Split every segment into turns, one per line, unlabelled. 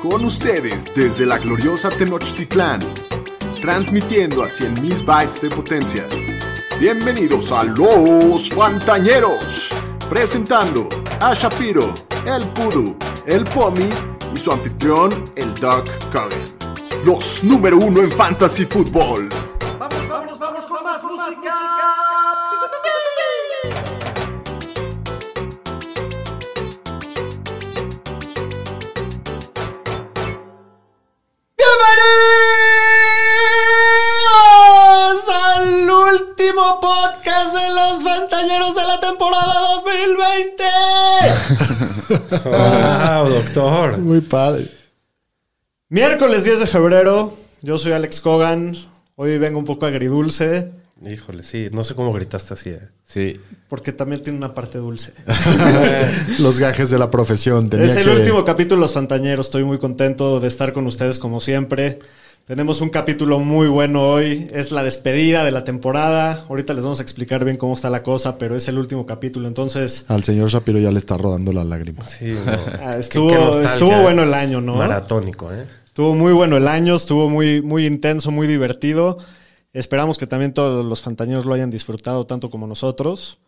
Con ustedes desde la gloriosa Tenochtitlán, transmitiendo a 100.000 bytes de potencia. Bienvenidos a Los Fantañeros, presentando a Shapiro, el Pudu, el Pomi y su anfitrión, el Doc Curry. Los número uno en Fantasy Football.
Vamos, vamos, vamos con más música.
Bienvenidos al último podcast de los Fantañeros de la temporada 2020.
Wow, Ah, doctor.
Muy padre. Miércoles 10 de febrero, yo soy Alex Cogan. Hoy vengo un poco agridulce
Híjole, sí, no sé cómo gritaste así. eh.
Sí.
porque también tiene una parte dulce.
Los gajes de la profesión. tenía
es el
que-
último capítulo de Los Fantañeros. Estoy muy contento de estar con ustedes como siempre. Tenemos un capítulo muy bueno hoy. Es la despedida de la temporada. Ahorita les vamos a explicar bien cómo está la cosa, pero es el último capítulo. Entonces,
Al señor Shapiro ya le está rodando la lágrima.
Sí, no.
Ah,
Qué-
estuvo-
qué nostalgia.
estuvo bueno el año, ¿no?
Maratónico, ¿eh?
estuvo muy bueno el año, estuvo muy, muy intenso, muy divertido. Esperamos que también todos los fantañeros lo hayan disfrutado tanto como nosotros.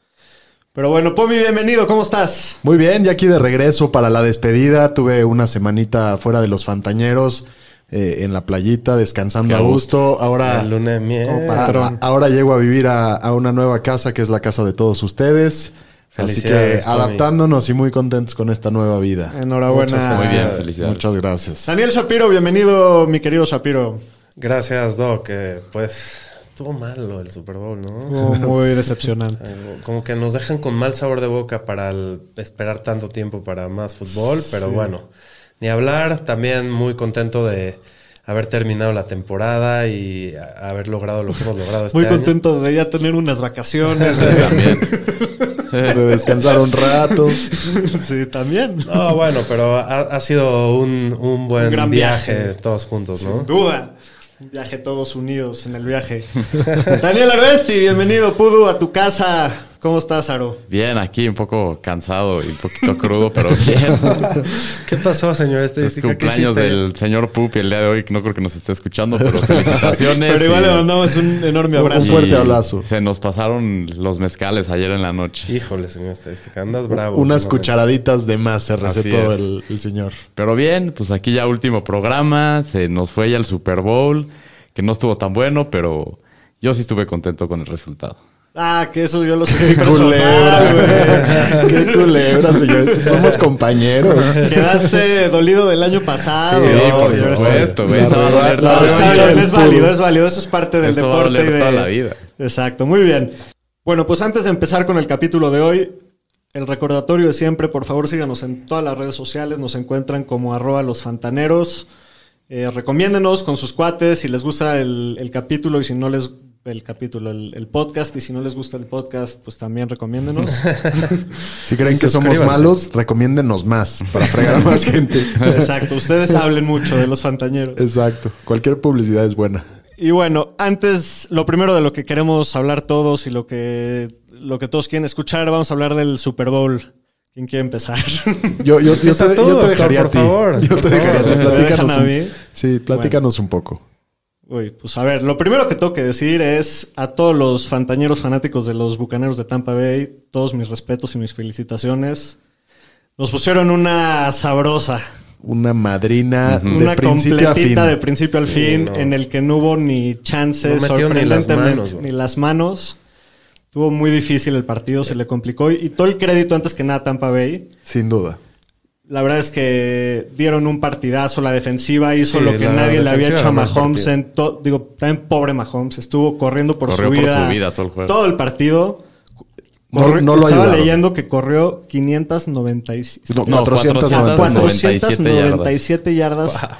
Pero bueno, Pomi, bienvenido. ¿Cómo estás?
Muy bien, ya aquí de regreso para la despedida. Tuve una semanita fuera de los fantañeros, eh, en la playita, descansando a gusto. Ahora,
La luna de
Ah,
miel. Ah,
Como
a-
para- patrón.
a- ahora llego a vivir a, a una nueva casa que es la casa de todos ustedes. Así que
Felicidades, Tommy.
adaptándonos y muy contentos con esta nueva vida.
Enhorabuena.
Muchas
Muy bien,
felicidades. Muchas gracias.
Daniel Shapiro, bienvenido, mi querido Shapiro.
ah, Gracias, Doc. eh, pues estuvo malo el Super Bowl, ¿no?
Estuvo muy decepcionante.
Eh, Como que nos dejan con mal sabor de boca para el- esperar tanto tiempo para más fútbol, pero bueno, ni hablar. También muy contento de haber terminado la temporada y a- haber logrado lo que hemos logrado este
Muy
año.
contento de ya tener unas vacaciones.
De descansar un rato.
sí, también.
No, bueno, pero ha, ha sido un, un buen
Un gran
viaje,
viaje.
todos juntos, ¿no?
Sin duda. Un Viaje todos unidos en el viaje. Daniel Arbesti, bienvenido, Pudu, a tu casa. ¿Cómo estás, Aro?
Bien, aquí un poco cansado y un poquito crudo, pero bien.
¿Qué pasó, señor
Los
estadística? ¿Qué
cumpleaños
hiciste?
del señor Pupi el día de hoy, no creo que nos esté escuchando, pero felicitaciones.
Pero igual
y-
le mandamos un enorme
Un
abrazo.
fuerte abrazo.
Se nos pasaron los mezcales ayer en la noche.
Híjole, señor estadística, andas bravo.
Unas
últimamente.
cucharaditas de más se
Así
recetó
es.
el, el señor.
Pero bien, pues aquí ya último programa, se nos fue ya el Super Bowl, que no estuvo tan bueno, pero yo sí estuve contento con el resultado.
Ah, que eso yo lo sentí
Culebra,
personal,
güey. Qué culebra, señores. Somos compañeros.
güey. Quedaste dolido del año pasado.
Sí,
güey.
por
Pero está-
supuesto, güey.
La
Esa va a
verdad-
doler
la
toda
Pero
la
está
revancha
vida.
bien,
del
es válido,
fútbol.
es válido. Eso es parte del
Eso va a
deporte.
doler
y de-
toda la vida.
Exacto, muy bien. Bueno, pues antes de empezar con el capítulo de hoy, el recordatorio de siempre, por favor síganos en todas las redes sociales, nos encuentran como arroba los fantaneros. Eh, recomiéndenos con sus cuates si les gusta el, el capítulo y si no les el capítulo, el, el podcast, y si no les gusta el podcast, pues también recomiéndenos.
Si creen
Y
que somos
suscríbanse.
malos, recomiéndenos más para fregar a más gente.
Exacto, ustedes hablen mucho de los fantañeros.
Exacto. Cualquier publicidad es buena.
Y bueno, antes, lo primero de lo que queremos hablar todos y lo que, lo que todos quieren escuchar, vamos a hablar del Super Bowl. ¿Quién quiere empezar?
Yo, yo, yo,
Empieza
te,
tú,
yo te
doctor,
dejaría
por
a ti.
favor,
yo
por
te dejaría a ti.
favor.
¿Me dejan
Platícanos
a mí?
un, sí, platícanos un poco.
Uy, pues a ver, lo primero que tengo que decir es a todos los fantañeros fanáticos de los Bucaneros de Tampa Bay, todos mis respetos y mis felicitaciones. Nos pusieron una sabrosa,
Una madrina
Ujú.
de
una
principio a fin.
completita de principio al
Sí,
fin,
no.
en el que no hubo ni chances,
No metió ni las
sorprendentemente, ni las
manos,
manos.
güey.
Tuvo muy difícil el partido, se le complicó y, y todo el crédito antes que nada a Tampa Bay.
Sin duda.
La verdad es que dieron un partidazo. La defensiva hizo
Sí,
lo que
la
nadie le había
defensiva
hecho a
ganó el
Mahomes.
partido.
En to- digo, también pobre Mahomes. Estuvo corriendo por,
Corrió
su,
por
vida,
su vida todo el juego.
partido.
No-
Corre-
no lo
Estaba
ayudaron.
leyendo que corrió 596.
No,
No,
499.
497 yardas.
497 yardas.
En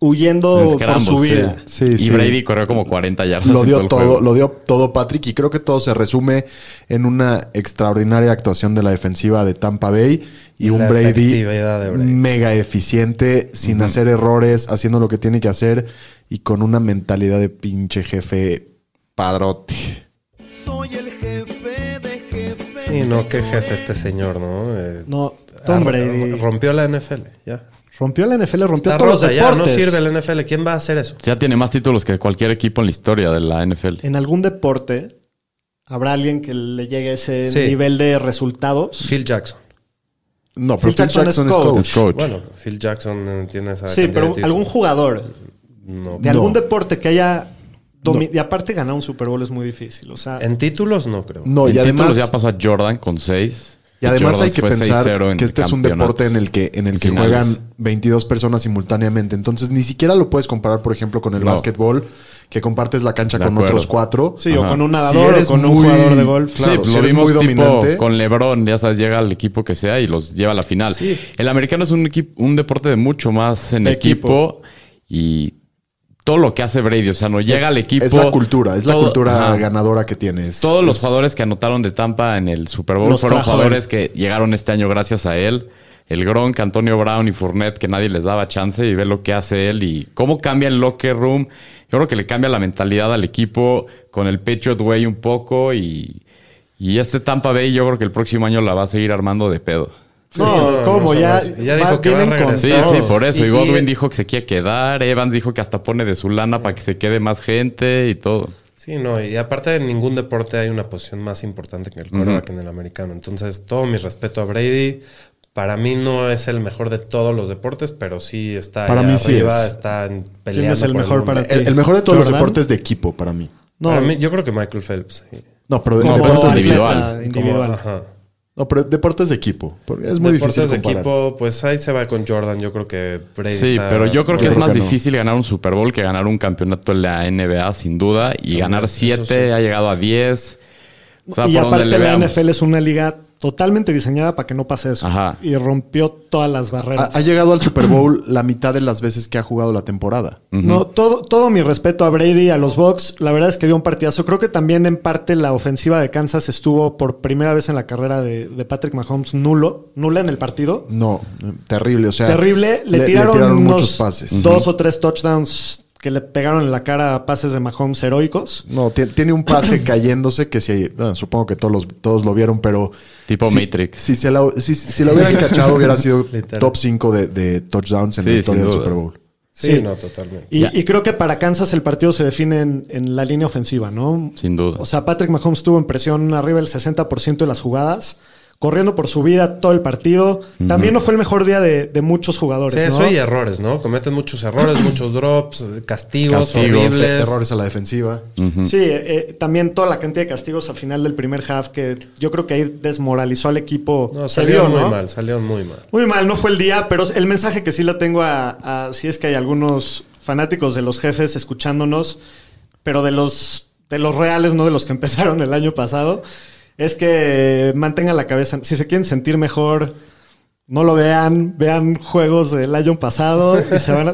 Huyendo por
scrambles,
su vida.
Sí,
y
sí.
Brady corrió como 40 yardas.
Lo
en
dio
el
todo,
juego.
lo dio todo Patrick y creo que todo se resume en una extraordinaria actuación de la defensiva de Tampa Bay y
La
un Brady,
efectividad de Brady.
mega eficiente, sin hacer errores, haciendo lo que tiene que hacer y con una mentalidad de pinche jefe padrote.
Sí, no, qué jefe este señor, ¿no? Eh,
No, Tom
ah,
Brady.
Rompió la NFL, ya.
Rompió la NFL, rompió
Está
todos
rota
los
ya,
deportes.
no sirve la NFL. ¿Quién va a hacer eso?
Ya tiene más títulos que cualquier equipo en la historia de la NFL.
En algún deporte habrá alguien que le llegue a ese
Sí.
nivel de resultados.
Phil Jackson.
No, pero Phil Jackson, es coach.
Es coach.
Bueno, Phil Jackson eh, tiene esa.
Sí,
cantidad de
pero
títulos.
algún jugador
No.
de algún
No.
deporte que haya domi- y aparte ganar un Super Bowl es muy difícil, o sea,
En títulos no creo.
No,
En
y además,
títulos ya pasó a Jordan con 6.
y además hay que pensar que este es un deporte en el que, en el que
Finales.
juegan 22 personas simultáneamente. Entonces ni siquiera lo puedes comparar, por ejemplo, con el
No.
básquetbol, que compartes la cancha
De
con
acuerdo.
otros cuatro.
sí, o
Ajá.
con un
Si
nadador
eres
o con un
muy-
jugador de golf.
Claro,
sí,
si
lo
eres
vimos
muy
tipo
dominante.
con LeBron, ya sabes, llega al equipo que sea y los lleva a la final. El americano es un, equi- un deporte de mucho más en
De
equipo. y todo lo que hace Brady, o sea, no llega
es,
al equipo.
Es la cultura, es la
todo-
cultura
ajá.
ganadora que tienes.
Todos los
Es-
jugadores que anotaron de Tampa en el Super Bowl
Los
fueron
trajo
jugadores que llegaron este año gracias a él. El Gronk, Antonio Brown y Fournette, que nadie les daba chance y ve lo que hace él y cómo cambia el locker room. Yo creo que le cambia la mentalidad al equipo con el Patriot Way un poco y, y este Tampa Bay yo creo que el próximo año la va a seguir armando de pedo.
No,
Sí, no,
¿cómo?
no
ya,
sabes. Ya dijo que va a
vienen con
Sí,
regresar.
todo.
sí, por eso. Y,
Y-
Godwin
y-
dijo que se quiere quedar, Evans dijo que hasta pone de su lana para que se quede más gente y todo.
Sí, no, y aparte en ningún deporte hay una posición más importante que el quarterback en el americano. Entonces, todo mi respeto a Brady. Para mí no es el mejor de todos los deportes, pero sí está
Para
ahí
mí sí
arriba,
es.
está en peleando.
¿Quién es el
por
mejor
mundo. Eh,
para ti?
El, el mejor de todos los
Jordan.
deportes de equipo para mí.
No,
Para mí, yo creo que Michael Phelps. sí.
No, pero de-
No,
como
deportes,
pero-
de,
individual.
atleta
Como,
individual.
ajá.
no, pero deportes de equipo. porque Es muy
Deportes
difícil
de
comparar.
equipo, pues ahí se va con Jordan. Yo creo que Brady
Sí,
está-
pero yo creo que
yo
es
creo
más
que no.
difícil ganar un Super Bowl que ganar un campeonato en la NBA, sin duda. Y ganar
eso
7,
sí.
ha llegado a 10. O sea,
y
por donde
aparte
le
la
veamos.
NFL es una liga totalmente diseñada para que no pase eso.
Ajá.
Y rompió todas las
Ha,
barreras.
ha llegado al Super Bowl la mitad de las veces que ha jugado la temporada.
Mm.
No, todo, todo mi respeto a Brady, a los Bucks. La verdad es que dio un partidazo. Creo que también en parte la ofensiva de Kansas estuvo por primera vez en la carrera de, de Patrick Mahomes nulo, nula en el partido.
No, eh, terrible. O sea,
Terrible. Le, tiraron, unos
muchos pases.
dos o tres touchdowns que le pegaron en la cara a pases de Mahomes heroicos.
No, tie- tiene un pase cayéndose que si, bueno, supongo que todos, los, todos lo vieron, pero.
Tipo
si-
Matrix.
Si, se la, si, si la hubieran cachado, hubiera sido
Literal.
top 5 de, de touchdowns en
Sí,
la historia
sin
del
duda.
Super Bowl.
Sí,
Sí.
no, totalmente.
Y,
Ya.
y creo que para Kansas el partido se define en, en la línea ofensiva, ¿no?
Sin duda.
O sea, Patrick Mahomes tuvo en presión arriba del 60% de las jugadas, corriendo por su vida todo el partido. También no fue el mejor día de, de muchos jugadores,
Sí, eso
¿no?
y errores, ¿no? Cometen muchos errores, muchos drops, castigos,
Castigos.
Te-
horribles.
Terrores a la defensiva.
Sí, eh, eh, también toda la cantidad de castigos al final del primer half que yo creo que ahí desmoralizó al equipo.
No,
Se
salieron
vio,
muy
¿no?
mal, salieron muy mal.
Muy mal, no fue el día, pero el mensaje que sí la tengo a, a- si es que hay algunos fanáticos de los jefes escuchándonos, pero de los de los reales, no de los que empezaron el año pasado, es que mantengan la cabeza. Si se quieren sentir mejor, no lo vean, vean juegos del año pasado y se van a-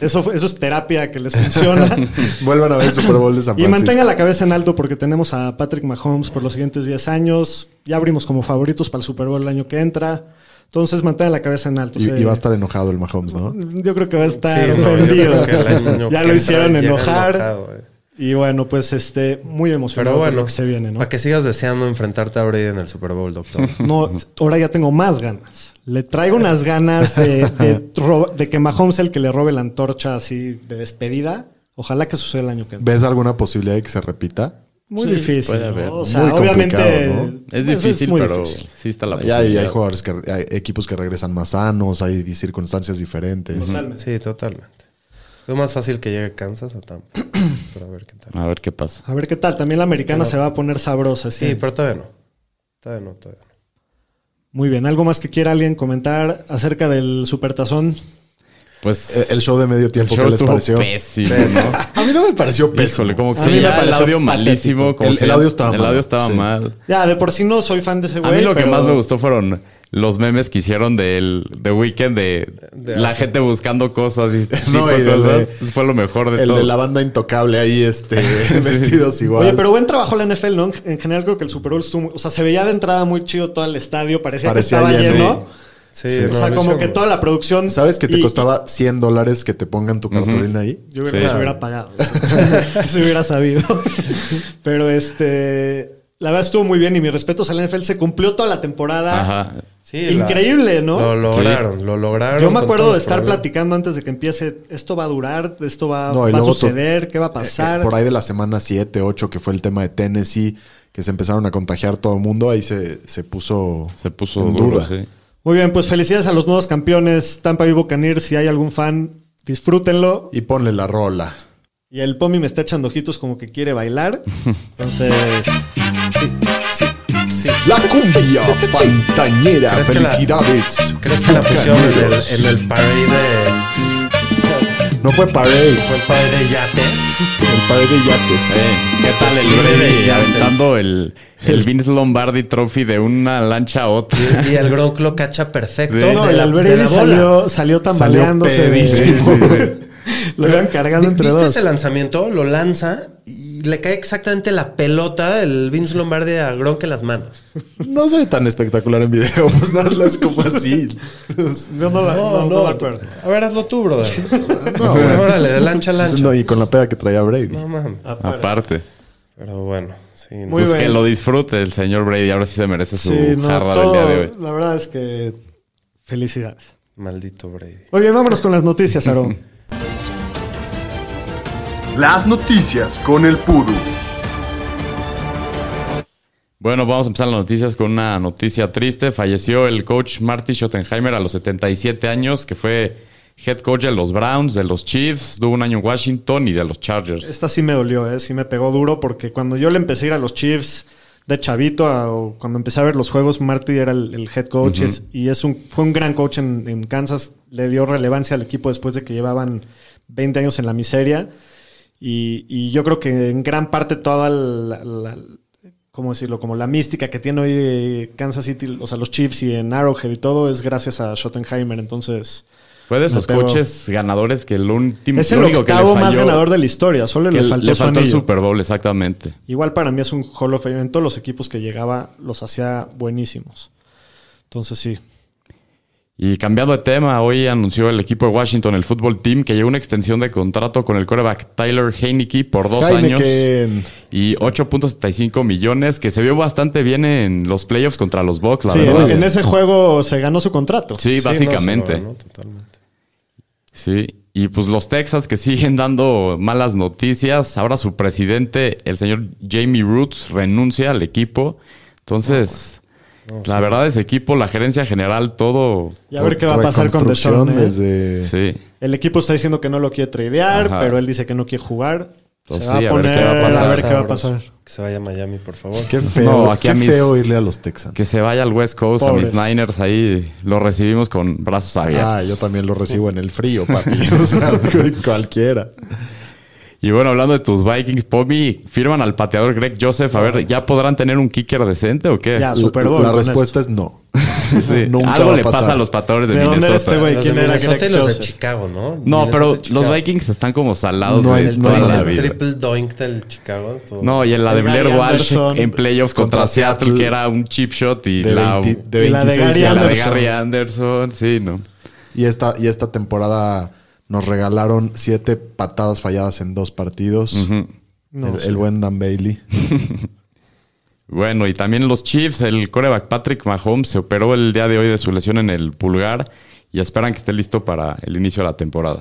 eso, fue- eso es terapia que les funciona.
Vuelvan a ver el Super Bowl de San
Y
Francisco.
mantenga la cabeza en alto porque tenemos a Patrick Mahomes por los siguientes 10 años. Ya abrimos como favoritos para el Super Bowl el año que entra. Entonces mantenga la cabeza en alto.
Y,
sí.
y va a estar enojado el Mahomes, ¿no?
Yo creo que va a estar
Sí, no, yo
ofendido.
creo que el año
ya
que
lo
entra
hicieron
llega
enojar.
enojado, eh.
Y bueno, pues este, muy emocionado
Pero
por
bueno,
lo que se viene, ¿no?
para que sigas deseando enfrentarte a Brady en el Super Bowl, doctor.
No, ahora ya tengo más ganas. Le traigo unas ganas de, de ro- de que Mahomes sea el que le robe la antorcha así de despedida. Ojalá que suceda el año que entra.
¿Ves alguna posibilidad de que se repita?
Muy
Sí,
difícil.
puede
¿no?
haber.
O sea,
Muy
obviamente.
complicado, ¿no?
es
pues,
difícil,
muy
pero
difícil.
sí está la
Ya hay, hay
posibilidad.
jugadores que hay equipos que regresan más sanos, hay circunstancias diferentes.
Totalmente.
Sí, totalmente. Es más fácil que llegue Kansas a Tampa. Pero a ver qué tal.
A ver qué pasa.
A ver qué tal. También la americana se va a poner sabrosa. Sí,
Sí, pero todavía no. Todavía no, todavía no.
Muy bien. ¿Algo más que quiera alguien comentar acerca del supertazón?
Pues
Eh, El show de medio
el
tiempo,
show
¿qué les
estuvo
pareció?
pésimo,
Pésimo.
¿no?
A mí no me pareció pésimo.
Híjole, como que
A
se
mí me
veía el
pareció
audio malísimo. como
El-
que
el audio estaba
El
mal,
audio estaba
sí.
mal.
Ya, de por sí no soy fan de ese
A
güey.
mí lo que
pero-
más me gustó fueron los memes que hicieron del The Weeknd de,
De
la
hace-
gente buscando cosas y, tipo
No, y del
cosas.
de-
Fue lo mejor de
El
todo.
de la banda intocable ahí, este, vestidos igual.
Oye, pero buen trabajo la NFL, ¿no? En general creo que el Super Bowl estuvo... muy- O sea, se veía de entrada muy chido todo el estadio. Parecía,
Parecía
que estaba
lleno.
lleno.
Sí,
Sí.
no,
o sea,
lo
como
hicieron
que
mal.
toda la producción...
¿Sabes que te
y-
costaba 100 dólares que te pongan tu cartulina ahí?
Yo creo que
Sí.
se hubiera pagado. se hubiera sabido. Pero este. la verdad estuvo muy bien y mi respeto al NFL se cumplió toda la temporada.
Ajá.
Sí, la-
Increíble, ¿no?
Lo lograron, lo lograron.
Yo me
con
acuerdo
todos
de
los
estar
problemas.
platicando antes de que empiece, esto va a durar, esto va,
No, y
va a
luego to-
suceder, qué va a
Eh,
pasar.
eh, Por ahí de la semana 7, 8, que fue el tema de Tennessee, que se empezaron a contagiar todo el mundo, ahí se, se puso
Se puso
en
duro,
duda.
sí.
Muy bien, pues felicidades a los nuevos campeones Tampa Bay Buccaneers. Si hay algún fan, disfrútenlo.
Y ponle la rola.
Y el Pomi me está echando ojitos como que quiere bailar. Entonces, sí, sí, sí.
La cumbia pantañera.
¿Crees que la-
Felicidades.
¿Crees que la pusieron en el,
Bucaneros.
en el parade de,
No fue parade,
fue el parade de yates?
fue el parade de yates.
Sí. ¿Qué tal el Brady aventando el, el Vince Lombardi Trophy de una lancha a otra?
Y, y el Gronk lo cacha perfecto.
Sí.
de
No, el
la- de la
Alberelli
bola.
salió, salió tambaleándose. de-
Salió pedísimo.
Lo iban cargando
Vi-
entre
¿Viste
dos.
ese lanzamiento? Lo lanza y le cae exactamente la pelota del Vince Lombardi a Gronk en las manos.
No soy tan espectacular en video, pues nada, es como así.
Yo no, la- no, no me acuerdo.
A ver, hazlo tú, brother. no, órale, de lancha a lancha.
No,
No,
y con la peda que traía Brady.
mames.
Aparte.
Pero bueno, sí. no.
Muy
pues que
bien.
lo disfrute el señor Brady. Ahora sí se merece su
Sí, no,
jarra
todo-
del día de hoy.
La verdad es que felicidades.
Maldito Brady.
Muy bien, vámonos con las noticias, Aarón.
Las noticias con el Pudu.
Bueno, vamos a empezar las noticias con una noticia triste. Falleció el coach Marty Schottenheimer a los 77 años, que fue head coach de los Browns, de los Chiefs, tuvo un año en Washington y de los Chargers.
Esta sí me dolió, ¿eh? sí me pegó duro porque cuando yo le empecé a ir a los Chiefs de chavito, a- o cuando empecé a ver los juegos, Marty era el, el head coach es- y es un, fue un gran coach en, en Kansas. Le dio relevancia al equipo después de que llevaban 20 años en la miseria. Y, y yo creo que en gran parte toda la, la- ¿cómo decirlo? Como la mística que tiene hoy eh, Kansas City, o sea, los Chiefs y en Arrowhead y todo, es gracias a Schottenheimer. Entonces,
Fue de esos
pegó.
coaches ganadores que el último
es
lo
el
único que le
octavo más
falló-
ganador de la historia. Solo
que
le faltó, su
el
anillo.
Super Bowl, exactamente.
Igual para mí es un Hall of Fame. En todos los equipos que llegaba los hacía buenísimos. Entonces sí.
Y cambiando de tema, hoy anunció el equipo de Washington, el fútbol team, que llegó a una extensión de contrato con el quarterback Tyler Heineke por dos años
Heineken.
y 8.75 millones, que se vio bastante bien en los playoffs contra los Bucks, la
Sí, en,
verdad.
en ese juego se ganó su contrato.
Sí, básicamente.
No, se lo ganó totalmente.
Sí, y pues los Texas que siguen dando malas noticias. Ahora su presidente, el señor Jamie Roots, renuncia al equipo. Entonces,
pues,
la verdad, ese equipo, la gerencia general, todo.
Y a ver qué va a pasar con
Reconstrucción
DeShaun. ¿eh?
desde-
Sí.
El equipo está diciendo que no lo quiere tradear,
Ajá.
pero él dice que no quiere jugar.
Pues
se va
sí,
a
a ver
poner
qué va a pasar.
a ver qué va a
Sabroso.
pasar.
Que se vaya a Miami, por favor.
Qué feo,
No, aquí
qué
a mis-
feo irle a los Texans.
Que se vaya al West Coast,
Pobres.
a mis Niners, ahí lo recibimos con brazos
Ah,
abiertos.
yo también lo recibo en el frío, papi. O sea, cualquiera.
Y bueno, hablando de tus Vikings, Pomi, firman al pateador Greg Joseph. A ver, ¿ya podrán tener un kicker decente o qué?
Ya, Super Bowl
la
con
respuesta es no.
Sí.
Nunca
Algo
va a
le pasa
pasar.
a los pateadores de,
¿De dónde
Minnesota.
era este güey?
Los de
¿Quién era
Minnesota y
Greg
los de
Joseph?
Chicago, ¿no?
No,
Minnesota y
pero los
Chicago.
Vikings están como salados
No,
de
el-
toda
no, el
la
El
vida.
triple doink del Chicago. estuvo-
No, y en la de
El Gary
Blair Walsh
Anderson.
en playoffs contra,
Contra
Seattle,
Seattle,
que era un chip shot y
De,
la,
20 de
y la de
26
Gary
y la
yardas.
de Gary Anderson, sí, ¿no?
Y esta, y esta temporada nos regalaron siete patadas falladas en dos partidos.
No,
el,
sí.
el buen Dan Bailey.
Bueno, y también los Chiefs, el coreback Patrick Mahomes se operó el día de hoy de su lesión en el pulgar y esperan que esté listo para el inicio de la temporada.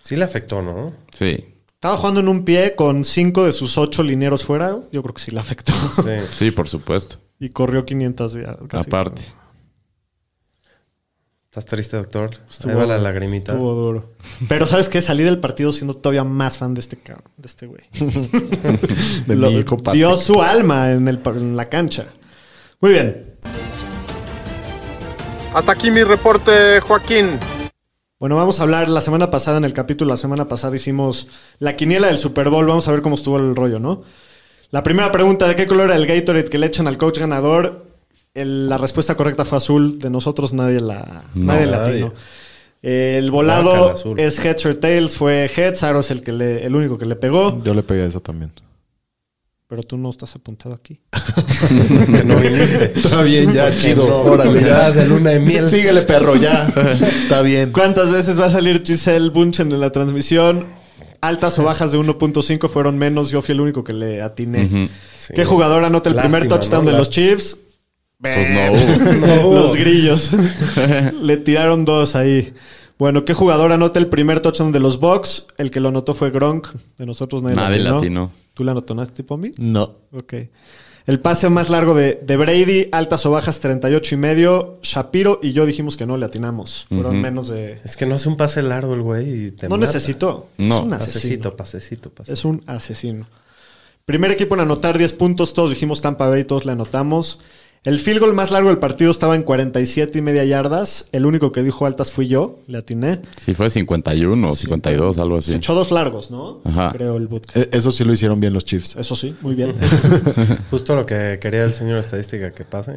Sí le afectó, ¿no?
Sí.
Estaba jugando en un pie con cinco de sus ocho lineros fuera. Yo creo que sí le afectó.
Sí.
Sí, por supuesto.
y corrió 500 yardas. casi.
Aparte.
¿Estás triste, doctor?
Estuvo-
Ahí va la lagrimita.
Estuvo duro. Pero ¿sabes qué? Salí del partido siendo todavía más fan de este cabrón, de este güey.
De
Lo-
Mico Patrick.
dio su alma en, el, par- en la cancha. Muy bien.
Hasta aquí mi reporte, Joaquín.
Bueno, vamos a hablar la semana pasada, en el capítulo la semana pasada hicimos la quiniela del Super Bowl. Vamos a ver cómo estuvo el rollo, ¿no? La primera pregunta, ¿de qué color era el Gatorade que le echan al coach ganador? El- la respuesta correcta fue azul. De nosotros nadie la nadie la
Nadie.
atinó. El
Guácala,
volado
azul.
es Heads or Tails. Fue Heads. Aro es el, que le- el único que le pegó.
Yo le pegué a eso también.
Pero tú no estás apuntado aquí.
Que no viniste.
Está bien, ya, chido.
No,
Órale, ya.
Estás de luna de miel.
Síguele, perro, ya. Está bien.
¿Cuántas veces va a salir Giselle Bunchen en la transmisión? altas o bajas de 1.5 fueron menos. Yo fui el único que le atiné.
Ujú.
Sí.
¿Qué jugador anota el primer
Lástima,
touchdown
¿no?
de los
Lástima.
Chiefs?
Pues no hubo.
Los grillos. Le tiraron dos ahí. Bueno, ¿qué jugador anota el primer touchdown de los Bucks? El que lo anotó fue Gronk. De nosotros nadie,
Nadie
latinó.
le atinó.
¿Tú la anotaste, Pomi?
No.
Ok. El pase más largo de, de Brady, altas o bajas 38 y medio. Shapiro y yo dijimos que no le atinamos. Fueron
Ujú.
menos de...
Es que no hace un pase largo el güey y te
No
mata.
necesitó.
No.
Es un asesino.
Pasecito, pasecito, pasecito.
Es un asesino. Primer equipo en anotar 10 puntos. Todos dijimos Tampa Bay, todos le anotamos. El field goal más largo del partido estaba en 47 y media yardas. El único que dijo altas fui yo. Le atiné.
Sí, fue 51 o 52, algo
Se
así.
echó dos largos, ¿no?
Ajá.
Creo el boot.
E- Eso sí lo hicieron bien los Chiefs.
Eso sí, muy bien.
Justo lo que quería el señor estadística que pase.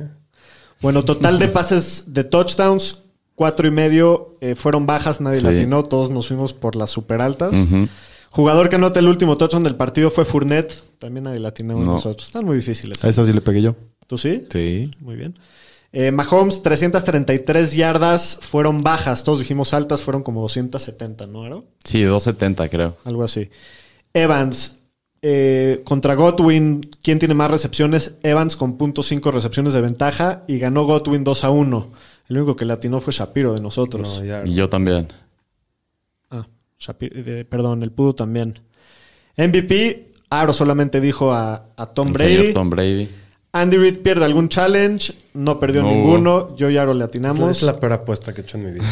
bueno, total de pases de touchdowns, cuatro y medio eh, fueron bajas, nadie
Sí.
le atinó, todos nos fuimos por las super altas.
Ujú.
Jugador que anota el último touchdown del partido fue Fournette, también nadie le atinó de
No.
nosotros. Están muy difíciles.
A esa sí le pegué yo.
¿Tú sí?
Sí.
Muy bien. Eh, Mahomes, 333 yardas fueron bajas, todos dijimos altas, fueron como 270, ¿no? Aro?
Sí, 270 creo.
Algo así. Evans. eh, contra Godwin, ¿quién tiene más recepciones? Evans con .5 recepciones de ventaja y ganó Godwin 2 a 1. El único que latinó fue Shapiro de nosotros.
No, ya.
Y yo también.
Ah, Shapiro, de- perdón, el Pudo también. MVP, Aro solamente dijo a, a Tom
El
Brady.
señor Tom Brady.
Andy Reid pierde algún challenge, no perdió
No
ninguno. Yo y Aro le atinamos.
Es la peor apuesta que he hecho en mi vida.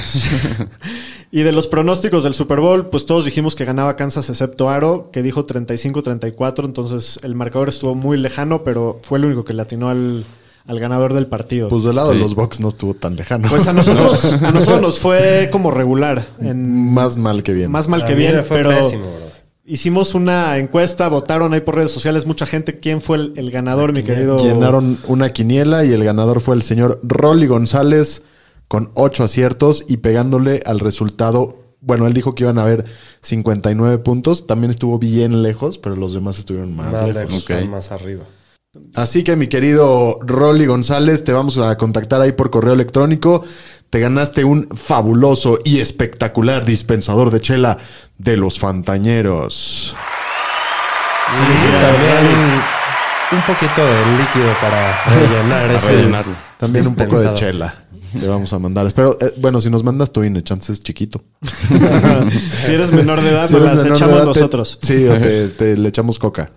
Y de los pronósticos del Super Bowl, pues todos dijimos que ganaba Kansas excepto Aro, que dijo 35-34, entonces el marcador estuvo muy lejano, pero fue el único que le atinó al, al ganador del partido.
Pues
Pues,
del lado
Sí.
de los Bucks no estuvo tan lejano.
a nosotros, a nosotros nos fue como regular, en,
más mal que bien.
más mal
A
que
mí
bien,
me fue
pero
pésimo, bro.
hicimos una encuesta, votaron ahí por redes sociales mucha gente quién fue el, el ganador, mi querido.
Llenaron una quiniela y el ganador fue el señor Rolly González con ocho aciertos y pegándole al resultado. Bueno, él dijo que iban a haber 59 puntos. También estuvo bien lejos, pero los demás estuvieron más
Más
lejos.
lejos,
Ok.
más arriba.
Así que mi querido Rolly González, te vamos a contactar ahí por correo electrónico. Te ganaste un fabuloso y espectacular dispensador de chela de los Fantañeros. Ah,
Y también un poquito de líquido para rellenar
Para
ese.
rellenarlo.
También un poco de
dispensador.
chela. Te vamos a mandar. Espero, eh, bueno, si nos mandas tu INE, chance es chiquito.
si eres menor de edad,
Si
nos
eres
las
menor de
echamos
edad, te-
nosotros.
sí, o te, te le echamos coca.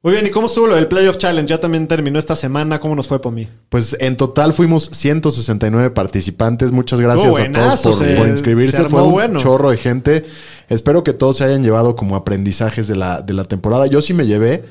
Muy bien, ¿y cómo estuvo lo del Playoff Challenge? Ya también terminó esta semana, ¿cómo nos fue por mí?
Pues en total fuimos 169 participantes. Muchas gracias
Estuvo
a todos
buenazo,
por,
se-
por inscribirse.
se armó
Fue un
bueno.
chorro de gente. Espero que todos se hayan llevado como aprendizajes de la, de la temporada. Yo sí me llevé.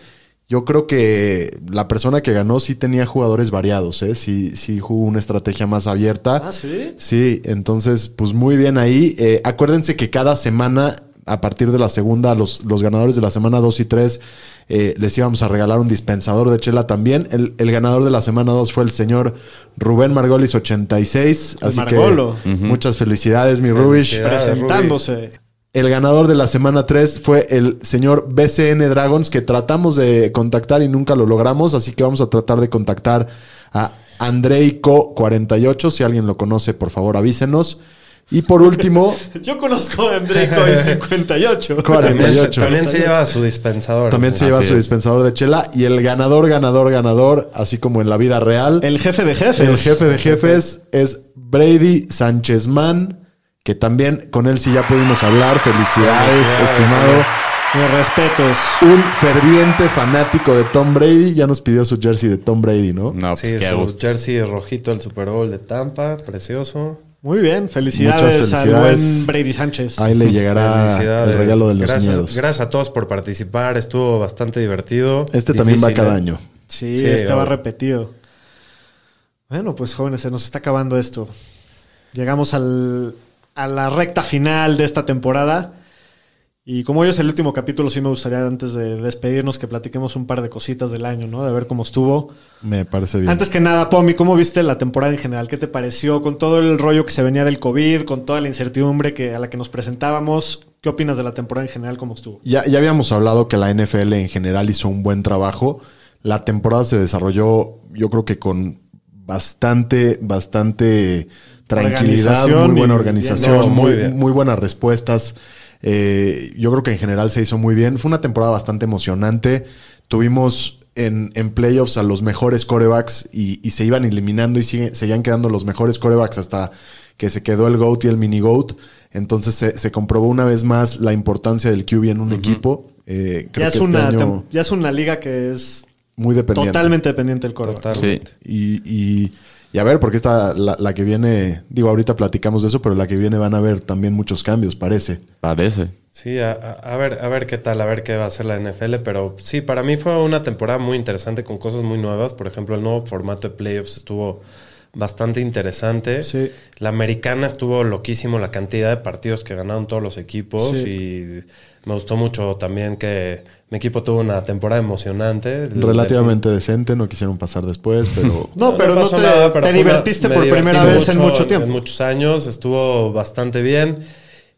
Yo creo que la persona que ganó sí tenía jugadores variados, ¿eh? Sí, sí jugó una estrategia más abierta.
Ah,
sí.
Sí, entonces, pues muy bien ahí. Eh, acuérdense que cada semana, a partir de la segunda, los, los ganadores de la semana 2 y 3, les íbamos a regalar un dispensador de chela también. El, el ganador de la semana 2 fue el señor Rubén Margolis 86.
El
así
Margolo.
que muchas felicidades, mi Rubish.
Felicidades.
Presentándose.
El ganador de la semana 3 fue el señor BCN Dragons, que tratamos de contactar y nunca lo logramos, así que vamos a tratar de contactar a Andreico48. Si alguien lo conoce, por favor avísenos. Y por último,
Yo conozco a André Coy 58.
También, se-
48.
también se lleva su dispensador.
También se lleva
Así
su
es.
dispensador de chela. Y el ganador, ganador, ganador, así como en la vida real, el,
El jefe de jefes.
jefe de jefes es Brady Sánchez Man, que también con él sí ya pudimos hablar. Felicidades,
Felicidades,
estimado.
señor.
Mis respetos.
un ferviente fanático de Tom Brady. Ya nos pidió su jersey de Tom Brady, ¿no?
No, pues
Sí,
qué
su
gusto.
jersey rojito del Super Bowl de Tampa, precioso.
Muy bien, felicidades,
Muchas
al
felicidades.
buen Brady Sánchez.
Ahí le llegará
Felicidades.
el regalo de los
gracias,
miedos.
Gracias a todos por participar, estuvo bastante divertido.
Este también va
Difícil,
cada
¿eh?
año.
Sí,
Sí,
este va
obvio.
repetido. Bueno, pues jóvenes, se nos está acabando esto. Llegamos al- a la recta final de esta temporada. Y como hoy es el último capítulo, sí me gustaría antes de despedirnos que platiquemos un par de cositas del año, ¿no? De ver cómo estuvo.
Me parece bien.
Antes que nada, Pomi, ¿cómo viste la temporada en general? ¿Qué te pareció con todo el rollo que se venía del COVID, con toda la incertidumbre que, a la que nos presentábamos? ¿Qué opinas de la temporada en general? ¿Cómo estuvo?
Ya, ya habíamos hablado que la NFL en general hizo un buen trabajo. La temporada se desarrolló, yo creo que con bastante, bastante tranquilidad,
Organización
muy buena
y-
organización,
No, muy
muy,
bien.
muy buenas respuestas. Eh, yo creo que en general se hizo muy bien. Fue una temporada bastante emocionante. Tuvimos en, en playoffs a los mejores corebacks y, y se iban eliminando y sigue- seguían quedando los mejores corebacks hasta que se quedó el GOAT y el mini GOAT. Entonces se, se comprobó una vez más la importancia del QB en un equipo. Eh, creo
Ya es,
que este
una,
año
tem- ya es una liga que es
muy dependiente.
totalmente dependiente del coreback.
Sí.
Totalmente.
Y, y- y a ver, porque esta, la, la que viene, digo, ahorita platicamos de eso, pero la que viene van a haber también muchos cambios, parece.
Parece.
Sí, a, a- a ver, a ver qué tal, a ver qué va a hacer la NFL, pero sí, para mí fue una temporada muy interesante con cosas muy nuevas. Por ejemplo, el nuevo formato de playoffs estuvo bastante interesante.
Sí.
La americana estuvo loquísimo la cantidad de partidos que ganaron todos los equipos y me gustó mucho también que mi equipo tuvo una temporada emocionante. El-
Relativamente decente, no quisieron pasar después, pero
No, pero no,
pasó
te,
nada, pero
te
fue una-
divertiste
me
por
divertí
primera vez en mucho
En
tiempo.
muchos años, estuvo bastante bien.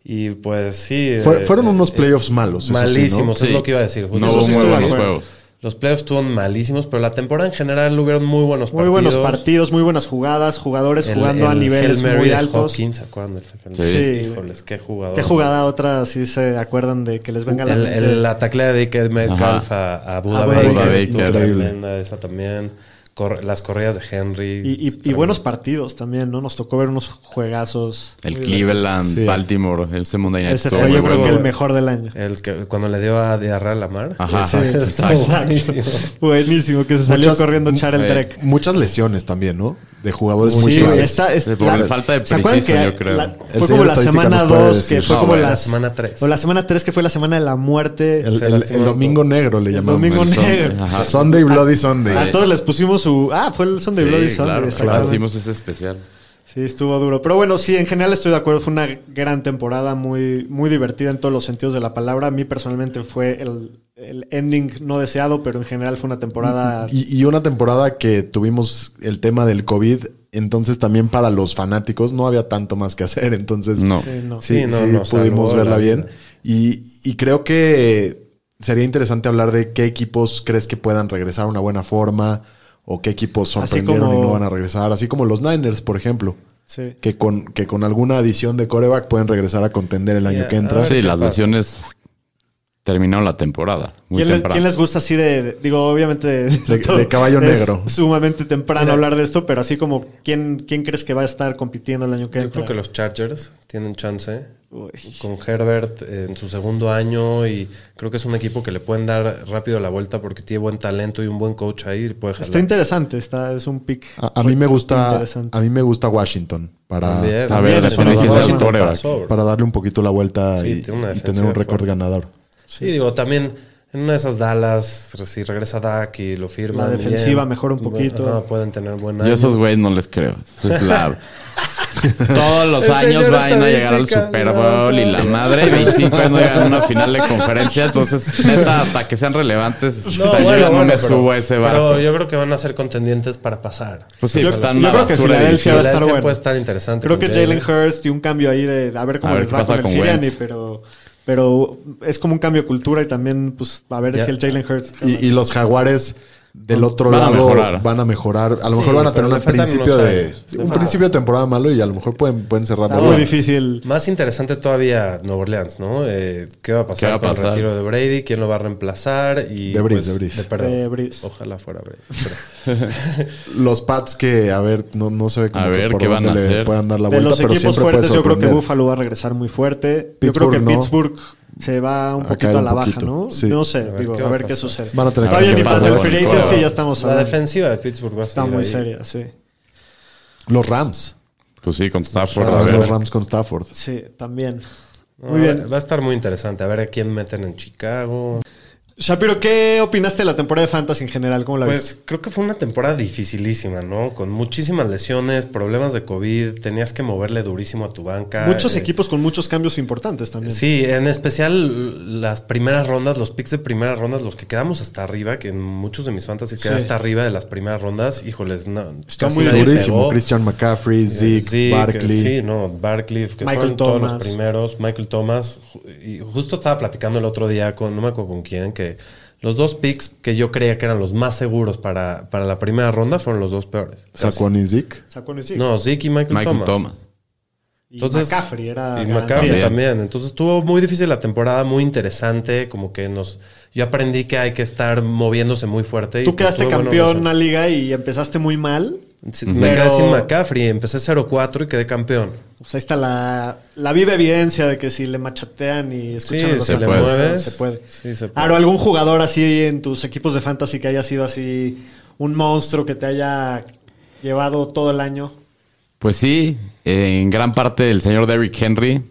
Y pues sí.
Fue-
eh,
fueron unos
eh,
playoffs malos, eso sí, ¿no?
Malísimos, es
Sí.
lo que iba a decir. justo.
No
Eso
hubo
sí
muy
estuvo
buenos
bien.
juegos.
Los playoffs estuvieron malísimos, pero la temporada en general hubieron muy buenos
Muy
partidos.
buenos partidos, muy buenas jugadas, jugadores
El-
jugando a
el
niveles
Hail Mary
muy
de
altos.
Hopkins, ¿se acuerdan del Hail Mary?
Sí.
Híjoles, qué jugador.
Qué jugada otra, si se acuerdan de que les venga la Ah,
El,
mente?
el- la taclea de Dick Metcalf a, a Buda
A Buda
Baker.
Baker,
estuvo
Baker.
Tremenda esa también. Cor- las corridas de Henry.
Y, y- y
Tremendo.
buenos partidos también, ¿no? Nos tocó ver unos juegazos.
El
Muy
Cleveland,
Sí.
Baltimore, ese Monday Night.
Ese
estuvo
fue
muy
yo
estuvo
creo
bueno.
que el
bueno.
mejor del año.
El que cuando le dio a diarrea a Lamar.
Ajá.
Ese
Exacto.
estuvo
Exacto.
buenísimo.
Buenísimo, que se salió
Muchas-
corriendo Charles
eh,
Drake.
muchas lesiones también, ¿no? De jugadores muy
Sí,
claves.
güey, esta, es-
Sí, por la falta pues de
¿se acuerdan
precision,
que
yo creo. El
fue como
señor
la
estadística
semana
nos puede
2,
decir.
que fue
No,
como
güey,
la,
la
semana tres.
O la semana 3, que fue la semana de la muerte.
El,
Se
el-
lastimó
el domingo negro le
El
llamamos.
domingo
Son-
negro.
Ajá.
Sunday Bloody Sunday.
a todos les pusimos su. Ah, fue el Sunday
Sí,
Bloody Sunday.
claro,
exactamente.
Hicimos ese especial.
Sí, estuvo duro. Pero bueno, sí, en general estoy de acuerdo. Fue una gran temporada, muy, muy divertida en todos los sentidos de la palabra. A mí personalmente fue el, el ending no deseado, pero en general fue una temporada.
Y, y una temporada que tuvimos el tema del COVID, entonces también para los fanáticos no había tanto más que hacer, entonces
No.
Sí, no.
sí,
Sí, no,
sí
no,
pudimos
salvó
verla
la
bien.
vida.
Y, y creo que sería interesante hablar de qué equipos crees que puedan regresar a una buena forma o qué equipos
Así
sorprendieron
como-
y no van a regresar, así como los Niners, por ejemplo,
Sí.
que con, que con alguna adición de coreback pueden regresar a contender el año
a-
que
a
entra.
ver
Sí,
qué
las
pasa.
lesiones terminaron la temporada. Muy
¿Quién, le-
temprano.
quién les gusta así de, de- digo, obviamente de,
de caballo
es
negro.
Sumamente temprano
Mira.
hablar de esto, pero así como quién, quién crees que va a estar compitiendo el año que
Yo
entra.
creo que los Chargers tienen chance
Uy.
con Herbert en su segundo año y creo que es un equipo que le pueden dar rápido la vuelta porque tiene buen talento y un buen coach ahí y puede
Está
jalar.
interesante, está, es un pick.
A, a mí me gusta,
Interesante.
a mí me gusta Washington para,
También,
Ah, A
también.
ver,
depende de quién sea el
Washington
coreback.
pasó, bro.
para darle un poquito la vuelta
Sí,
y-
tiene una
y,
defensa
tener un récord
fuerte.
ganador.
Sí, digo, también en una de esas Dallas, si regresa Dak y lo firma. pues,
La defensiva mejora un poquito.
pueden tener buen
Yo
año.
a esos güeyes no les creo. Eso es la- Todos los
El
años
señor
van a llegar al
estadística,
Super
le va a
Bowl y
hacer.
la madre, y 25 años no llegan a una final de conferencia. Entonces, neta, hasta que sean relevantes,
No,
o sea, yo
bueno,
ya no
bueno,
me
pero-
subo a ese barco.
Pero yo creo que van a ser contendientes para pasar.
pues sí,
yo-
pues están
yo
una
creo que
basura de
Filadelfia va a
difícil.
estar
Filadelfia
bueno.
puede estar interesante.
Creo
con
que Jalen Hurst y un cambio ahí de a ver cómo
A ver
les
qué
va
pasa
con el
con
Siriani,
Wentz.
pero, pero es como un cambio de cultura y también, pues, a ver
Ya.
si el Jalen Hurst.
Y, y los jaguares del otro
Van a
lado
mejorar.
van a mejorar. A lo
Sí,
mejor van a
pero
tener
le
un
faltan
principio
unos
de
años.
un
Ah.
principio de temporada malo y a lo mejor pueden, pueden cerrar
Está
la
muy
buena.
difícil.
Más interesante todavía Nueva Orleans, ¿no? Eh, ¿Qué va a pasar
¿Qué va a
con
pasar?
el retiro de Brady? ¿Quién lo va a reemplazar? Y, pues,
De Breeze, de Breeze.
perdón.
De Breeze.
Ojalá fuera Brady. pero-
Los Pats que, a ver, no, no se ve como
A
que
ver,
por
¿qué van
dónde
a
le
hacer?
puedan dar la
de
vuelta,
los
pero
equipos
siempre
fuertes,
puede
yo creo que
sorprender.
Buffalo va a regresar muy fuerte. yo creo
Pittsburgh
que
no.
Pittsburgh se va un
A
poquito
caer
a
un
la baja,
poquito,
¿no?
sí.
No sé,
ver
digo,
qué va
a
a
ver qué
pasar.
sucede.
Van a tener
Todavía
que
ni
ver qué
pasa el
pasa
free
con el
agency,
coreback.
ya estamos
La
hablando.
defensiva de Pittsburgh va a
Está
seguir
muy
ahí.
seria, sí.
Los Rams.
Pues sí, con Stafford.
Ah,
a ver.
los Rams con Stafford.
Sí, también.
No,
Muy bien.
Va a estar muy interesante. A ver a quién meten en Chicago.
Shapiro, ¿qué opinaste de la temporada de Fantasy en general? ¿Cómo la viste?
Pues creo que fue una temporada dificilísima, ¿no? Con muchísimas lesiones, problemas de COVID, tenías que moverle durísimo a tu banca.
Muchos
eh,
equipos con muchos cambios importantes también.
Sí, en especial las primeras rondas, los picks de primeras rondas, los que quedamos hasta arriba, que en muchos de mis fantasy queda
Sí.
hasta arriba de las primeras rondas, híjoles, no.
Está
casi
muy
nadie
Durísimo.
pegó.
Christian McCaffrey, Zeke,
Zeke,
Barkley.
Sí, no, Barkley, que
Michael
fueron todos los
Thomas.
primeros. Michael Thomas. ju- Y justo estaba platicando el otro día con, no me acuerdo con quién, que los dos picks que yo creía que eran los más seguros para, para la primera ronda fueron los dos peores.
Saquon y Zeke.
Saquon y Zeke.
No, Zeke y Michael,
Michael
Thomas.
Thomas.
Y
Entonces,
McCaffrey era.
Y
garantía.
McCaffrey también. Entonces estuvo muy difícil la temporada, muy interesante. Como que nos. Yo aprendí que hay que estar moviéndose muy fuerte. y,
Tú
pues,
quedaste
tuve buenos
campeón en la
resultados.
liga y empezaste muy mal.
Sí, Me
Pero-
quedé sin McCaffrey. Empecé 0-4 y quedé campeón.
Pues ahí está la, la viva evidencia de que si le machatean y escuchan
Sí,
los
se le
atajos,
mueve.
se puede.
Sí, se puede.
Aro, algún jugador así en tus equipos de fantasy que haya sido así un monstruo que te haya llevado todo el año.
Pues sí, en gran parte el señor Derrick Henry.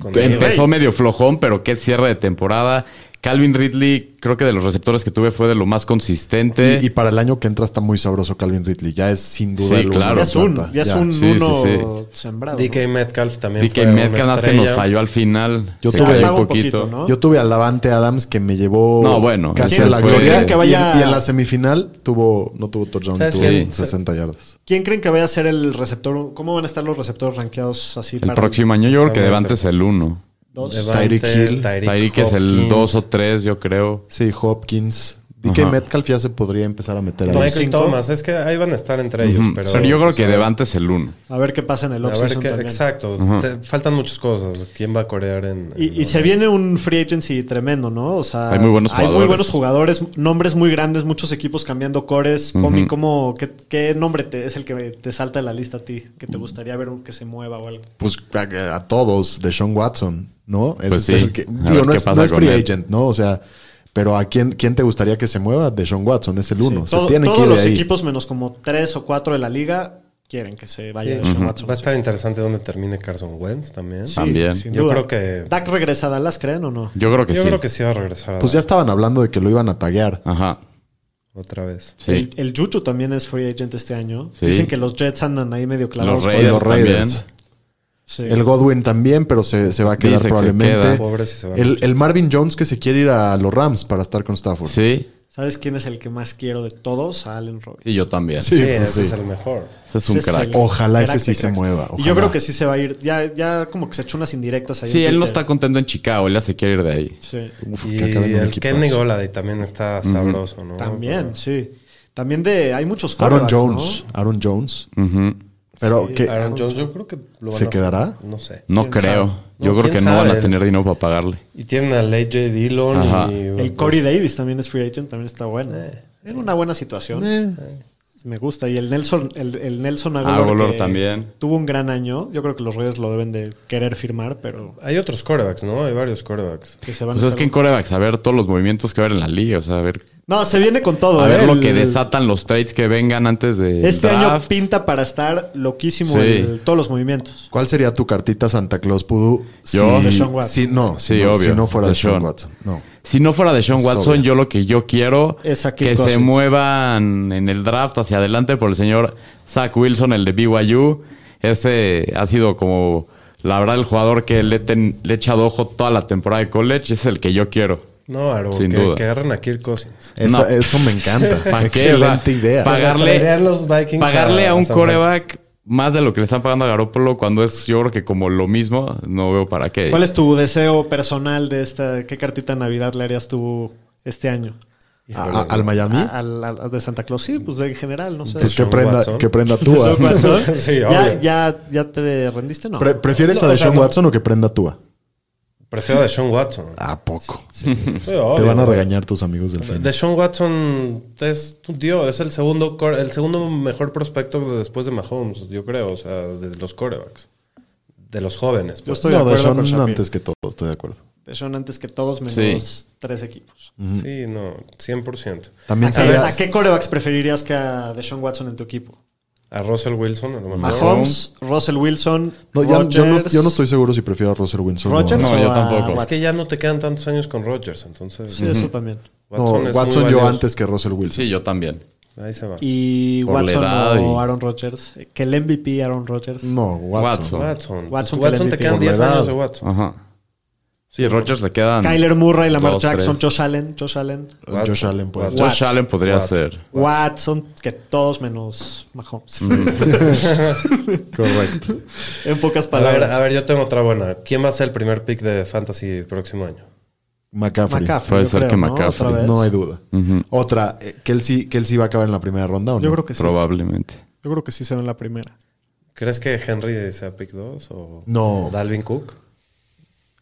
Con
Empezó medio flojón, pero qué cierre de temporada. Calvin Ridley, creo que de los receptores que tuve fue de lo más consistente.
Y, y para el año que entra está muy sabroso Calvin Ridley. Ya es sin duda
Sí,
alguna
claro.
ya
la
es un,
planta.
ya es un
Sí, sí,
uno
sí.
sembrado. ¿no?
DK Metcalf también.
DK
fue una
Metcalf hasta que nos
estrella.
falló al final.
Yo
Se
tuve
cayó
ahí
un poquito, ¿no?
Yo tuve a Davante Adams que me llevó
No, bueno,
casi
ese
a la
fue-
gloria.
Que
Y en-
vaya-
Y, en, la semifinal tuvo, no tuvo touchdown,
¿Sabes
tuvo
quién?
60 yardas.
¿Quién creen que vaya a ser el receptor? ¿Cómo van a estar los receptores rankeados así
El próximo año yo creo que Devante es el uno.
dos?
Devante,
Tyreek Hill.
Tyreek es el
Hopkins.
2 o 3, yo creo.
Sí, Hopkins. DK
Ajá.
Metcalf ya se podría empezar a meter ahí.
Michael
cinco.
Thomas. Es que ahí van a estar entre ellos.
Ujú.
Pero,
Pero yo creo que
o sea,
Devante es el 1.
A ver qué pasa en el
A ver,
offseason
qué-
también.
exacto. Te- Faltan muchas cosas. ¿Quién va a corear en.? en
Y, y
los-
se viene un free agency tremendo, ¿no? O sea,
Este, Hay muy buenos
hay muy
jugadores.
buenos jugadores, nombres muy grandes, muchos equipos cambiando cores. Pomi, ¿cómo, qué, qué nombre te- es el que te salta de la lista a ti? Que te gustaría ver que se mueva o algo.
Pues a, a todos, de Sean Watson, ¿no? Ese
Pues
es
sí.
el que.
A
Digo,
ver
no
qué
es,
pasa
no es
con
free
él.
agent, ¿no? O sea, pero ¿a quién, quién te gustaría que se mueva? De Sean Watson, es el uno.
Sí,
se
todo-
tiene que
todos
ir de
los
ahí.
equipos, menos como tres o cuatro de la liga, quieren que se vaya
Sí.
Deshaun
Ujú.
Watson.
Va a estar interesante dónde termine Carson Wentz también.
Sí,
También.
sin
Yo
duda.
creo que-
¿Dak regresa a Dallas, creen o no?
Yo creo que
yo
sí.
creo que sí va a regresar. a-
Pues ya estaban hablando de que lo iban a taguear.
Ajá.
Otra vez.
Sí.
El, el Juju también es free agent este año.
Sí.
Dicen que los Jets andan ahí medio clavados. por-
Los
Con
Raiders
los Raiders.
también.
Sí.
El Godwin también, pero se, se va a quedar
Dice que se
probablemente.
queda.
Pobre si se va.
El, el Marvin Jones que se quiere ir a los Rams para estar con Stafford.
Sí,
¿Sabes quién es el que más quiero de todos? A Allen Robinson.
y yo también.
Sí.
sí,
pues
ese
sí.
es el mejor.
Ese es un
Ese es
crack.
el
Ojalá ese
crack
sí
de
se
cracks.
mueva.
Y
ojalá.
yo creo que sí se va a ir. Ya, ya como que se echó unas indirectas ahí.
Sí,
en
él no está
Twitter.
contento en Chicago, él ya se quiere ir de ahí.
Sí.
Uf,
Y
que acabe en un
el
equipazo.
Kenny Golady también está sabroso, ¿no?
También, sí. También de. Hay muchos
Aaron
quarterbacks,
Jones.
¿no?
Aaron Jones.
Ujú.
Pero
Sí,
que
Aaron Jones, yo creo que lo van
¿Se
a-
quedará?
No sé.
No
¿Quién
creo.
sabe?
Yo
No,
creo
¿quién
que no van a
sabe?
tener dinero para pagarle.
Y tienen a Ley J. Dillon
Ajá.
y. pues,
El Corey
pues.
Davis también es free agent, también está bueno.
Eh.
Era una buena situación.
Eh.
Me gusta. Y el Nelson, el, el Nelson Aguilar,
Aguilar
que
también.
Tuvo un gran año. Yo creo que los Reyes lo deben de querer firmar, pero
Hay otros corebacks, ¿no? Hay varios corebacks.
que se van
Pues
a
es que en
estar-
corebacks, a ver todos los movimientos que va a haber en la liga, o sea, a ver,
No, se viene con todo.
a
¿eh?
ver lo
El-
que
el-
desatan los trades que vengan antes de.
Este año pinta para estar loquísimo
Sí.
el- todos los movimientos.
¿Cuál sería tu cartita Santa Claus Pudú?
Yo.
si,
De
Sean Watson.
si- no,
Sí,
si no,
obvio.
si no fuera de
De
Sean
Sean.
Watson. No.
Si no fuera de Sean
Es
Watson,
obvio.
yo lo que yo quiero
Es a Kirk
que se
Cousins.
muevan en el draft hacia adelante por el señor Zach Wilson, el de BYU. Ese ha sido como, la verdad, el jugador que le, he ten- le he echado ojo toda la temporada de college. Es el que yo quiero.
No, Aaron,
Sin
que,
duda.
que agarren a Kirk Cousins.
Eso,
No.
eso me encanta.
¿Para qué?
Excelente
O sea,
idea.
Pagarle-
Traer los Vikings
Pagarle a un
San Francisco.
coreback más de lo que le están pagando a Garoppolo cuando es, yo creo que como lo mismo, no veo para qué.
¿Cuál es tu deseo personal de esta? ¿Qué cartita de Navidad le harías tú este año?
A- a- al Miami.
A- al- al- de Santa Claus, sí, pues en general, no sé.
pues que
Sean
prenda,
Watson.
que prenda tú.
Sean Watson.
Sí,
¿Ya,
obvio.
ya, ya te rendiste? No.
¿Prefieres
No,
a
o sea,
Deshaun
no.
Watson o que prenda tú?
Prefiero a Deshaun Watson.
Ah,
¿A poco?
Sí,
Te
obvio,
van a
güey.
regañar tus amigos del fan.
Deshaun Watson es tu tío, es el segundo cor- el segundo mejor prospecto de- después de Mahomes, yo creo, o sea, de los corebacks, de los jóvenes.
Yo
pues.
estoy de
no,
acuerdo con
Deshaun
Shapiro.
antes que todo, estoy de acuerdo.
Deshaun antes que todos menos
Sí.
tres equipos.
Sí, no, 100%.
También
¿A qué,
sería-
a qué corebacks preferirías que a Deshaun Watson en tu equipo?
A Russell Wilson, a lo mejor.
Mahomes, Russell Wilson,
No, ya- yo, no,
Rodgers.
yo no estoy seguro si prefiero a Russell Wilson. o a-
Rodgers
No,
o
yo
a
tampoco.
Watson?
Es que ya no te quedan tantos años con Rodgers, entonces
Sí, eso también.
No,
Watson, es muy
Watson yo
valioso.
antes que Russell Wilson.
Sí, yo también.
Ahí se va.
Y
Por la
Watson
edad
o
y-
Aaron Rodgers. Que el MVP Aaron Rodgers.
No, Watson.
Watson.
Watson. Pues
Watson
Watson,
que le
te
MVP.
quedan
Por la
10
edad.
años de Watson.
Ajá. Sí, Rogers le quedan.
Kyler Murray, Lamar
Dos,
Jackson,
tres.
Josh Allen, Josh Allen.
Watson.
Josh Allen pues. puede
Watson.
ser.
Josh Allen podría
Watson.
ser.
Watson, que todos menos Mahomes.
Mm.
Correcto.
en pocas
A ver,
palabras.
a ver, yo tengo otra buena. ¿Quién va a ser el primer pick de Fantasy próximo año?
McCaffrey.
McCaffrey,
Puede
yo
ser
creo,
que
¿no?
McCaffrey.
Otra vez.
No hay duda.
Mm-hmm.
Otra, eh, Kelsey, Kelsey va a acabar en la primera ronda o no?
Yo creo que sí.
Probablemente.
Yo creo que sí se ve en la primera.
¿Crees que Henry sea pick 2 o
No.
o Dalvin Cook?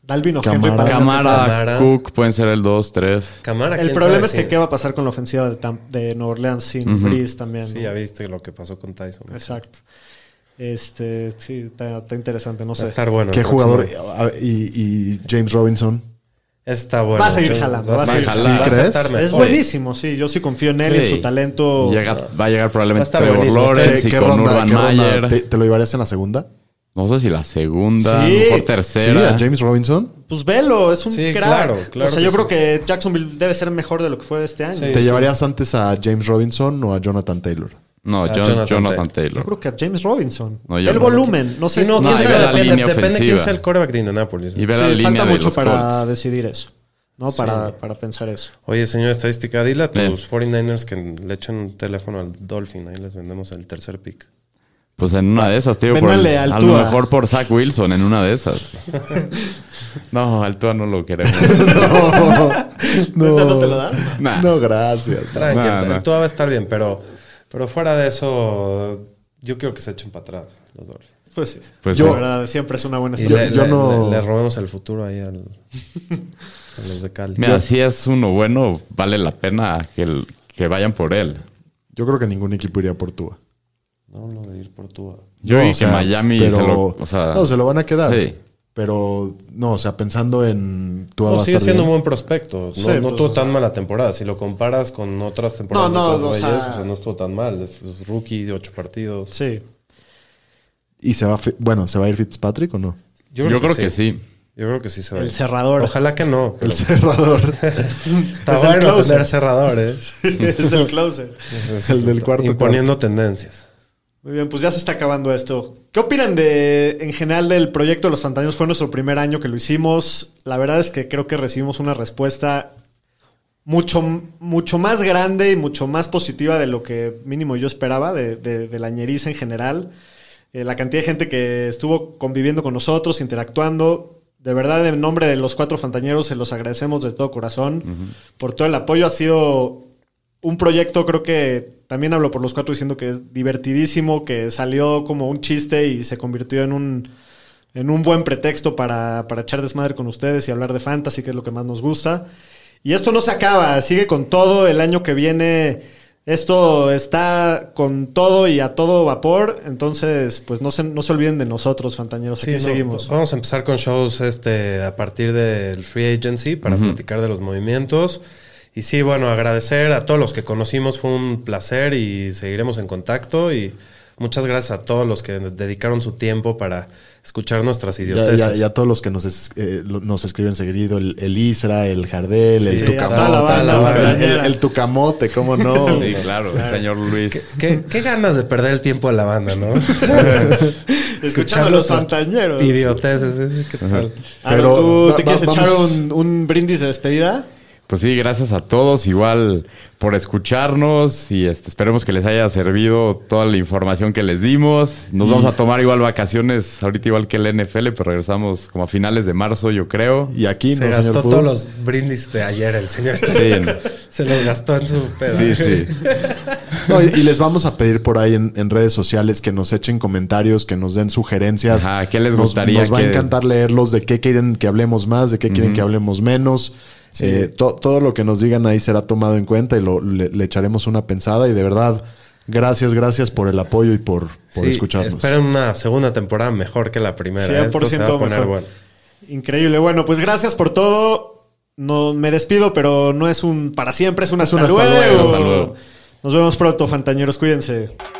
Dalvin o
Camara.
Henry para
Camara,
Camara.
Cook, pueden ser el 2, 3.
Camara,
El
quién
problema
sabe
es que
si-
qué va a pasar con la ofensiva de, Tam- de Nueva Orleans sin
Ujú.
Breeze también.
Sí,
¿no?
ya viste lo que pasó con Tyson.
Exacto. Este, sí, está, está interesante, no
Va a
sé.
estar bueno.
¿Qué
el
jugador?
próximo.
A- Y, y James Robinson.
Está bueno.
Va a seguir
Yo-
jalando, va a
Va a
seguir
seguir
jalando.
jalando.
¿Sí crees?
Es buenísimo, sí. Yo sí confío en él y en
Sí.
su talento.
Llega- va a llegar probablemente
Va a estar
Trevor
buenísimo. Este,
Lawrence
¿Qué,
y
qué
con
ronda?
Urban
qué ronda?
Mayer.
¿Te, te lo llevarías en la segunda?
No sé si la segunda,
Sí.
a lo mejor
Sí, a
tercera.
James Robinson.
Pues velo, es un
Sí,
crack.
claro, claro
o sea,
que
yo
sí.
creo que Jacksonville debe ser mejor de lo que fue este año.
Sí.
¿Te llevarías antes a James Robinson o a Jonathan Taylor?
no,
A
Jon- Jonathan,
Jonathan
Taylor.
Yo creo que a James Robinson.
No, yo
el
no.
volumen, no sé.
Sí, no,
No,
quién
y
sabe,
ve la
depende,
línea
depende
ofensiva.
quién sea el coreback de Indianapolis.
Y ve
Sí,
la línea
falta
de
mucho
los
para
Colts.
decidir eso. No, para, para pensar eso.
Oye, señor estadística, dile a
Bien.
tus 49ers que le echen un teléfono al Dolphin. Ahí les vendemos el tercer pick.
Pues en una de esas, tío. por
Véndale
el-
al
a lo
Tua.
mejor por Zach Wilson, en una de esas. no, Altua no lo queremos.
No,
¿No te lo da?
Nah.
No, gracias.
Tranquilo,
no.
el Tua va a estar bien, pero, pero fuera de eso, yo creo que se echen para atrás los Dolphins.
Pues sí.
Pues
yo,
sí.
la verdad, siempre es una buena
Y
Yo-
le,
yo
le-
no-
le- le robemos el futuro ahí al, a los de Cali.
Mira, si es uno bueno, vale la pena que, el- que vayan por él.
Yo creo que ningún equipo iría por Tua.
No hablo de ir por Tua.
Yo
No,
vi
o sea,
que Miami
pero-
se lo. O sea,
no, se lo van a quedar.
Sí.
Pero, no, o sea, pensando en tu
No, sigue siendo un buen prospecto. No,
Sí,
no
pues,
tuvo
o sea.
tan mala temporada. Si lo comparas con otras temporadas
No,
de
no,
otros
o sea-
güeyes, o sea, no estuvo tan mal. Es, es rookie de ocho partidos.
Sí.
Y se va, a fi- bueno, ¿se va a ir Fitzpatrick o no?
yo creo, que, sí.
Yo creo que sí se va. a
El
ir.
cerrador.
Ojalá que no.
El cerrador,
Está
es el
bueno
closer.
tener cerradores.
es el closer.
el del cuarto.
Imponiendo tendencias.
Muy bien, pues ya se está acabando esto. ¿Qué opinan de, en general, del proyecto de los Fantaños? Fue nuestro primer año que lo hicimos. La verdad es que creo que recibimos una respuesta mucho, mucho más grande y mucho más positiva de lo que mínimo yo esperaba, de, de- de la ñeriza en general. Eh, la cantidad de gente que estuvo conviviendo con nosotros, interactuando. De verdad, en nombre de los cuatro fantañeros, se los agradecemos de todo corazón por todo el apoyo. Ha sido un proyecto, creo que también hablo por los cuatro diciendo que es divertidísimo, que salió como un chiste y se convirtió en un, en un buen pretexto para, para echar desmadre con ustedes y hablar de fantasy, que es lo que más nos gusta. Y esto no se acaba, sigue con todo el año que viene. Esto está con todo y a todo vapor, entonces pues no se, no se olviden de nosotros, Fantañeros, aquí
Sí, no,
seguimos.
Vamos a empezar con shows este, a partir del Free Agency para platicar de los movimientos. Y sí, bueno, agradecer a todos los que conocimos, fue un placer y seguiremos en contacto. Y muchas gracias a todos los que dedicaron su tiempo para escuchar nuestras
Ya,
idioteces.
ya, ya todos los que nos, es- eh, lo- nos escriben seguido, el, el Isra, el Jardel, el
Sí,
a toda la
Tucamote,
banda,
¿no? el,
Fantañera.
el- el Tucamote, cómo no.
Sí, claro, el señor
¿Qué,
Luis.
qué- qué ganas de perder el tiempo a la banda, ¿no?
Escuchando a los
nuestras
Fantañeros.
Idioteces, ¿eh? ¿qué tal?
Aaron,
Pero
¿tú
va-
te
va-
quieres echar
vamos-
un, un brindis de despedida?
Pues sí, gracias a todos igual por escucharnos y este, esperemos que les haya servido toda la información que les dimos. Nos vamos a tomar igual vacaciones ahorita igual que el NFL, pero regresamos como a finales de marzo, yo creo.
Y aquí,
Se
no,
gastó
señor Pudú?
todos los brindis de ayer el señor.
Sí,
Se los gastó en su pedo.
sí, sí.
No, y, y les vamos a pedir por ahí en, en redes sociales que nos echen comentarios, que nos den sugerencias.
Ajá, ¿qué les
Nos-
gustaría
Nos, va
que-
a encantar leerlos, de qué quieren que hablemos más, de qué quieren que hablemos menos. Eh, to- todo lo que nos digan ahí será tomado en cuenta y lo- le, le echaremos una pensada. Y de verdad, gracias, gracias por el apoyo y por, por
Sí,
escucharnos.
Esperen una segunda temporada mejor que la primera. ¿eh? Esto se va a
100%
poner
mejor.
bueno.
Increíble. Bueno, pues gracias por todo. No me despido, pero no es un para siempre, es un hasta,
un hasta
luego.
luego.
Hasta luego.
Nos vemos pronto, fantañeros. Cuídense.